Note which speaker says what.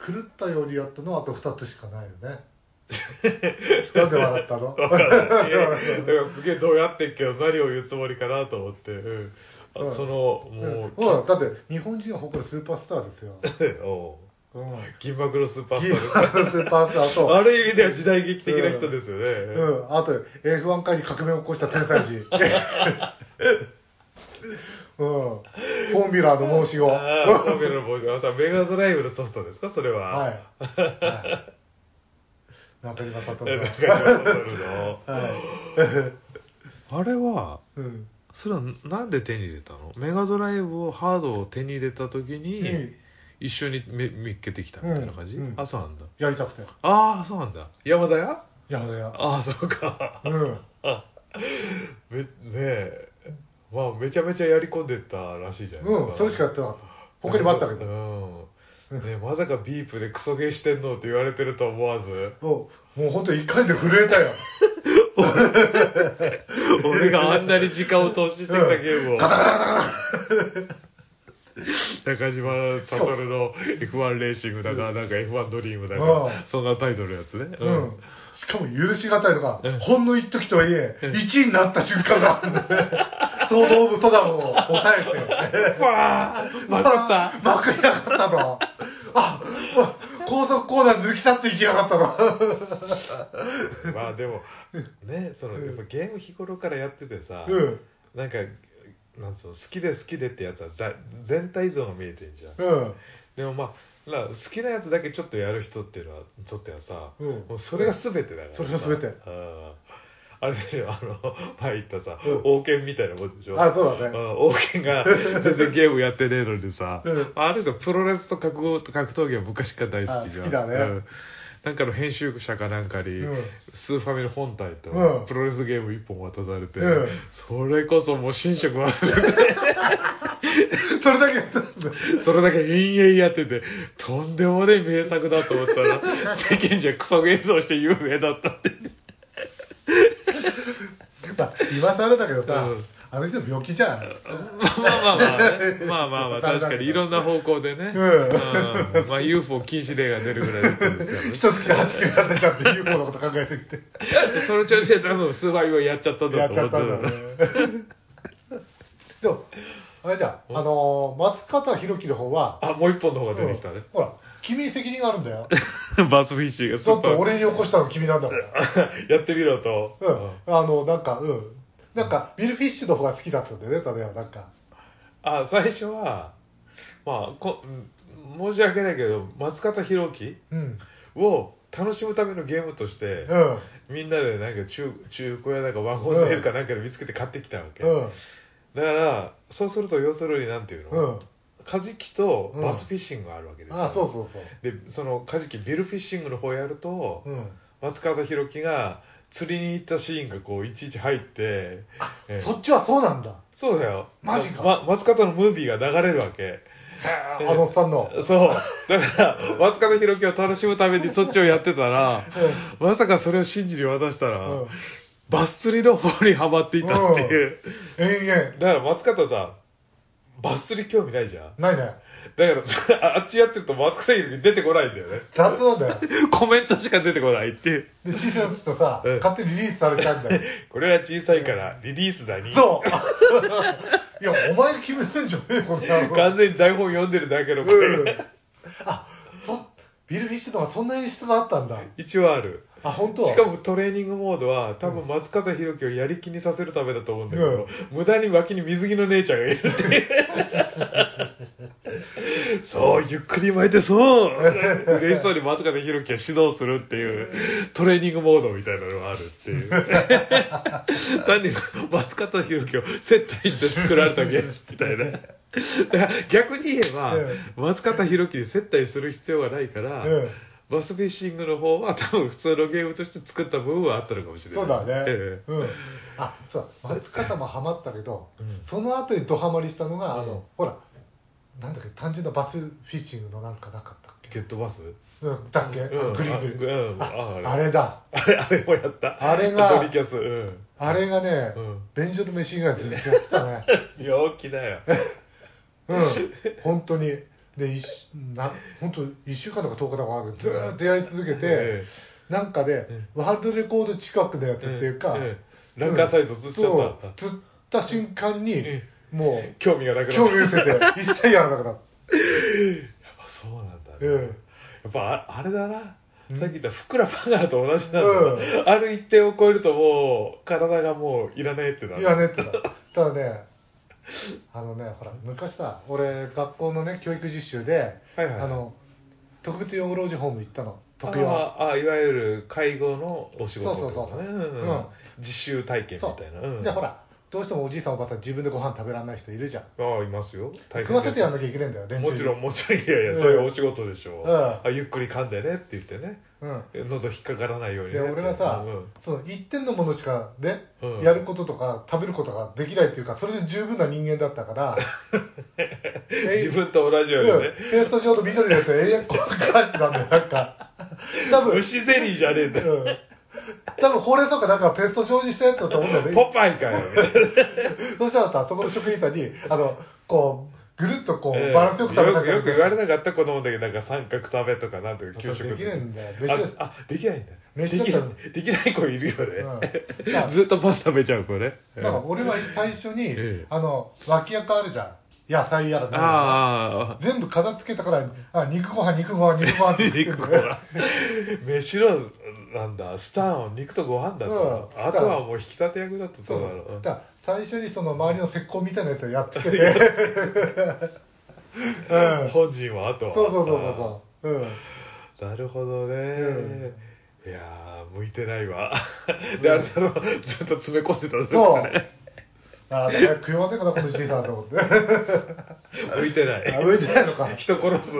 Speaker 1: 狂ったようにやったのはあと2つしかないよねなんで笑ったの
Speaker 2: だから すげえどうやってっけど何を言うつもりかなと思って、うんあ
Speaker 1: うん
Speaker 2: そのもう、
Speaker 1: ほらだって日本人が誇るスーパースターですよ、
Speaker 2: おう
Speaker 1: うん、
Speaker 2: 銀幕のスーパー
Speaker 1: 銀
Speaker 2: スタ
Speaker 1: の
Speaker 2: ーです
Speaker 1: スーパースター と
Speaker 2: ある意味では時代劇的な人ですよね、
Speaker 1: うん、あと F1 界に革命を起こした天才 児うんフォンビュラーの申し子はい、
Speaker 2: ああ神戸の帽子あさメガドライブのソフトですかそれは
Speaker 1: はいい、なんか今語ったな、はい
Speaker 2: あれは
Speaker 1: うん、
Speaker 2: それはなんで手に入れたのメガドライブをハードを手に入れた時に、
Speaker 1: に
Speaker 2: 一緒にめ見っけてきたみたいな感じ、
Speaker 1: うんうん
Speaker 2: あそうなんだ
Speaker 1: やりたくて
Speaker 2: ああそうなんだ山田屋
Speaker 1: 山田屋
Speaker 2: ああそうか
Speaker 1: うん
Speaker 2: めねえまあめちゃめちゃやり込んでたらしいじゃないですか、
Speaker 1: うんそれしかやってなかった他にもあったけど
Speaker 2: どうんねえまさかビープでクソゲーしてんのって言われてると思わず
Speaker 1: もうもう本当怒りで震えたよ
Speaker 2: 俺があんなに時間を投資してきたゲームを 中島悟の F1 レーシングだか、なんか F1 ドリームだ
Speaker 1: う
Speaker 2: か
Speaker 1: ん、
Speaker 2: そんなタイトルのやつね。
Speaker 1: うん、しかも許しがたいのが、ほんの一時とはいえ、1位になった瞬間があるんで、想像部トダを抑えて、
Speaker 2: わあまくった
Speaker 1: まくりやがったの。あ高速コーナー抜き去っていきやがったの。
Speaker 2: まあでも、ね、その、やっぱゲーム日頃からやっててさ、
Speaker 1: うん、
Speaker 2: なんか、なんつうの、好きで好きでってやつはざ全体像が見えてんじゃん。
Speaker 1: うん、
Speaker 2: でもまあ、な好きなやつだけちょっとやる人っていうのは、ちょっとやさ、
Speaker 1: うん
Speaker 2: もうそれが全てだからさ
Speaker 1: それが全て
Speaker 2: うんあれでしょあの前言ったさ、
Speaker 1: うん
Speaker 2: 王権みたいなもんでしょ
Speaker 1: あそうだね
Speaker 2: ん王権が全然ゲームやってねえのにさ、
Speaker 1: うん
Speaker 2: ある人プロレスと格闘格闘技は昔から大好きじゃん
Speaker 1: あ好きだね
Speaker 2: うんなんかの編集者かなんかに、
Speaker 1: うん
Speaker 2: スーファミの本体と、
Speaker 1: うん
Speaker 2: プロレスゲーム1本渡されて、
Speaker 1: うん
Speaker 2: それこそもう寝食忘れて
Speaker 1: それだけやったんだ。
Speaker 2: それだけ延々やってて、とんでもねえ名作だと思った ら、世間じゃクソゲーとして有名だったって。
Speaker 1: まあ、今更だけどさ、
Speaker 2: うん
Speaker 1: あの人病気じゃん。
Speaker 2: まあまあまあ、ね、まあまあまあ、確かにいろんな方向でね、
Speaker 1: う
Speaker 2: うんまあ UFO 禁止令が出るぐらいだったんですからね。
Speaker 1: 一月で8キロやってちゃって UFO のこと考えてきて。
Speaker 2: その調子で多分スーパーイをやっちゃったん
Speaker 1: や
Speaker 2: だ
Speaker 1: っ
Speaker 2: と
Speaker 1: ちゃ
Speaker 2: 思
Speaker 1: ったんだ
Speaker 2: っ
Speaker 1: ね
Speaker 2: て。
Speaker 1: でも、あれじゃん、あのー松方弘樹の方は、
Speaker 2: あ、もう一本の方が出てきたね。
Speaker 1: ほら、君に責任があるんだよ。
Speaker 2: バスフィッシーがス
Speaker 1: ちょ
Speaker 2: ー
Speaker 1: っ
Speaker 2: パ
Speaker 1: と
Speaker 2: ー
Speaker 1: 俺に起こしたの君なんだから。
Speaker 2: やってみろと。
Speaker 1: うん。あの、なんか、うん。なんか、ビルフィッシュの方が好きだったんだよね、ただよ、なんか。
Speaker 2: あ、最初は、まあ、こ申し訳ないけど、松方弘樹
Speaker 1: うん。
Speaker 2: を楽しむためのゲームとして、
Speaker 1: うん。
Speaker 2: みんなでなんか中中古屋なんかワゴンセールかなんかで見つけて買ってきたわけ、
Speaker 1: うん。
Speaker 2: だからそうすると要するになんていうの、
Speaker 1: うん。
Speaker 2: カジキとバスフィッシングがあるわけですよ、
Speaker 1: あ、そうそうそう。
Speaker 2: でそのカジキビルフィッシングの方やると、
Speaker 1: うん。
Speaker 2: 松方弘樹が釣りに行ったシーンがこういちいち入って、ええ
Speaker 1: そっちはそうなんだ。
Speaker 2: そうだよ
Speaker 1: マジか
Speaker 2: ま松方のムービーが流れるわけ
Speaker 1: あのおっさん の。
Speaker 2: そうだから松方弘樹を楽しむためにそっちをやってたら、まさかそれを信じに渡したら、
Speaker 1: うん。
Speaker 2: バス釣りの方にはまっていたっていう、
Speaker 1: 延
Speaker 2: だから松方さバス釣り興味ないじゃん
Speaker 1: 々。ないね。
Speaker 2: だから あっちやってると松方弘樹出てこないんだよね
Speaker 1: 雑なんだよ。
Speaker 2: コメントしか出てこないっていう
Speaker 1: で、小さいやつとさ、
Speaker 2: うん
Speaker 1: 勝手にリリースされちゃうんだよ。
Speaker 2: これは小さいからリリースだに
Speaker 1: そう。いや、お前が決めるんじゃねえよ、この野郎
Speaker 2: 完全に台本読んでるだけの声が、
Speaker 1: うん。あ、そ、ビルフィッシュとかそんな演出があったんだ。
Speaker 2: 一応ある
Speaker 1: あ、本当
Speaker 2: しかもトレーニングモードは多分松方弘樹をやりきにさせるためだと思うんだけど、無駄に脇に水着の姉ちゃんがいるって いうそうゆっくり巻いてそう嬉しそうに松方弘樹を指導するっていうトレーニングモードみたいなのがあるっ ていう単に松方弘樹を接待して作られたゲームみたい な。だから逆に言えば、
Speaker 1: う
Speaker 2: 松方弘樹に接待する必要がないから、
Speaker 1: うん
Speaker 2: バスフィッシングの方は多分普通のゲームとして作った部分はあったのかもしれ
Speaker 1: そ
Speaker 2: ないう
Speaker 1: だね、
Speaker 2: ええ
Speaker 1: うん、あそう松方もハマったけど、その後にドハマりしたのがあの、
Speaker 2: うん
Speaker 1: ほらなんだっけ単純なバスフィッシングのなんかなかったっけ、
Speaker 2: ゲットバス
Speaker 1: うん、だっけ、
Speaker 2: うん
Speaker 1: グリーングリーン
Speaker 2: あうんあ
Speaker 1: あ
Speaker 2: あ
Speaker 1: あれだ
Speaker 2: あれあれもやった
Speaker 1: あれが
Speaker 2: ドリキャスうん
Speaker 1: あれがね、
Speaker 2: うん
Speaker 1: 便所の飯以外ずっとやってたね
Speaker 2: 陽気だよ
Speaker 1: うん本当にで一週な本当1週間とか10日とかわかんないずーっとやり続けて、
Speaker 2: え
Speaker 1: なんかで、ワールドレコード近くのやつっていうか、
Speaker 2: ええランカーサイズを釣っちゃった
Speaker 1: うんそう釣った瞬間に、
Speaker 2: え
Speaker 1: もう
Speaker 2: 興味がなくなった
Speaker 1: 興味失せて 一切やらなくなった、
Speaker 2: やっぱそうなんだね、
Speaker 1: え
Speaker 2: やっぱああれだなさっき言ったふくらパガーと同じなんだ、
Speaker 1: うん
Speaker 2: ある一定を超えるともう体がもういらねえってなる
Speaker 1: いやねってたただねあのねほら昔さ俺学校のね教育実習で、
Speaker 2: はいはい
Speaker 1: あの特別養老児ホーム行ったの特養
Speaker 2: ああいわゆる介護のお仕事
Speaker 1: そう
Speaker 2: と
Speaker 1: そう
Speaker 2: か
Speaker 1: そう
Speaker 2: ね
Speaker 1: うんん
Speaker 2: 実習体験み
Speaker 1: そう
Speaker 2: たいな、うん
Speaker 1: でほらどうしてもおじいさんおばあさん自分でご飯食べられない人いるじゃん
Speaker 2: ああいますよ大
Speaker 1: 食わせてやん
Speaker 2: な
Speaker 1: なきゃいけないんだよ連中
Speaker 2: も
Speaker 1: に
Speaker 2: ちろんもちろんいやいや、
Speaker 1: うん
Speaker 2: そういうお仕事でしょ
Speaker 1: うん
Speaker 2: あゆっくり噛んでねって言ってね
Speaker 1: うん
Speaker 2: 喉引っかからないようにね
Speaker 1: で俺がさ、
Speaker 2: うん
Speaker 1: その一点のものしかね、
Speaker 2: うん
Speaker 1: やることとか食べることができないっていうかそれで十分な人間だったから
Speaker 2: 自分と同じように
Speaker 1: うん
Speaker 2: ね、
Speaker 1: ペースト状と緑のやつ永遠こう返してたんだよなんか多分、うん、
Speaker 2: 虫ゼリーじゃねえんだよ
Speaker 1: 多分ほうれん草かなんかペースト状にしたやつだと思うんだよね
Speaker 2: ポパイか よみたいな
Speaker 1: そしたらさそこの職員さんにあのこうぐるっとこう、
Speaker 2: ええ
Speaker 1: バランスよく食べなきゃ
Speaker 2: よくよく言われなかった子供だけどなんか三角食べとかなんとか給食
Speaker 1: できないんだよ飯
Speaker 2: あ
Speaker 1: だ
Speaker 2: あできないんだ
Speaker 1: 飯だ
Speaker 2: で
Speaker 1: っ
Speaker 2: き
Speaker 1: た
Speaker 2: な
Speaker 1: の
Speaker 2: いできない子いるよね、
Speaker 1: うんだ
Speaker 2: ずっとパン食べちゃう子ね
Speaker 1: だから俺は最初に、
Speaker 2: ええ
Speaker 1: あの脇役あるじゃん野菜やら何やら
Speaker 2: ああ
Speaker 1: 全部片付けたから、あ、肉ご飯、肉ご飯、肉ご飯って言
Speaker 2: 肉
Speaker 1: って
Speaker 2: ご
Speaker 1: ね
Speaker 2: 飯飯のなんだスターは肉とご飯だと、
Speaker 1: うん
Speaker 2: あとはもう引き立て役だった
Speaker 1: そ
Speaker 2: と
Speaker 1: う
Speaker 2: だ
Speaker 1: そう
Speaker 2: ろう
Speaker 1: だから最初にその周りの石膏みたいなやつをやってて、うん、 そう
Speaker 2: 本人はあとは
Speaker 1: そうそうそうそう、うん、
Speaker 2: なるほどね、いやー向いてないわで、あれだろずっと詰め込んでたん
Speaker 1: そう
Speaker 2: だね、
Speaker 1: あーだから食いませんかな、このじいさんと思って、あ
Speaker 2: 向いてない
Speaker 1: 上じゃないのか、
Speaker 2: 人殺す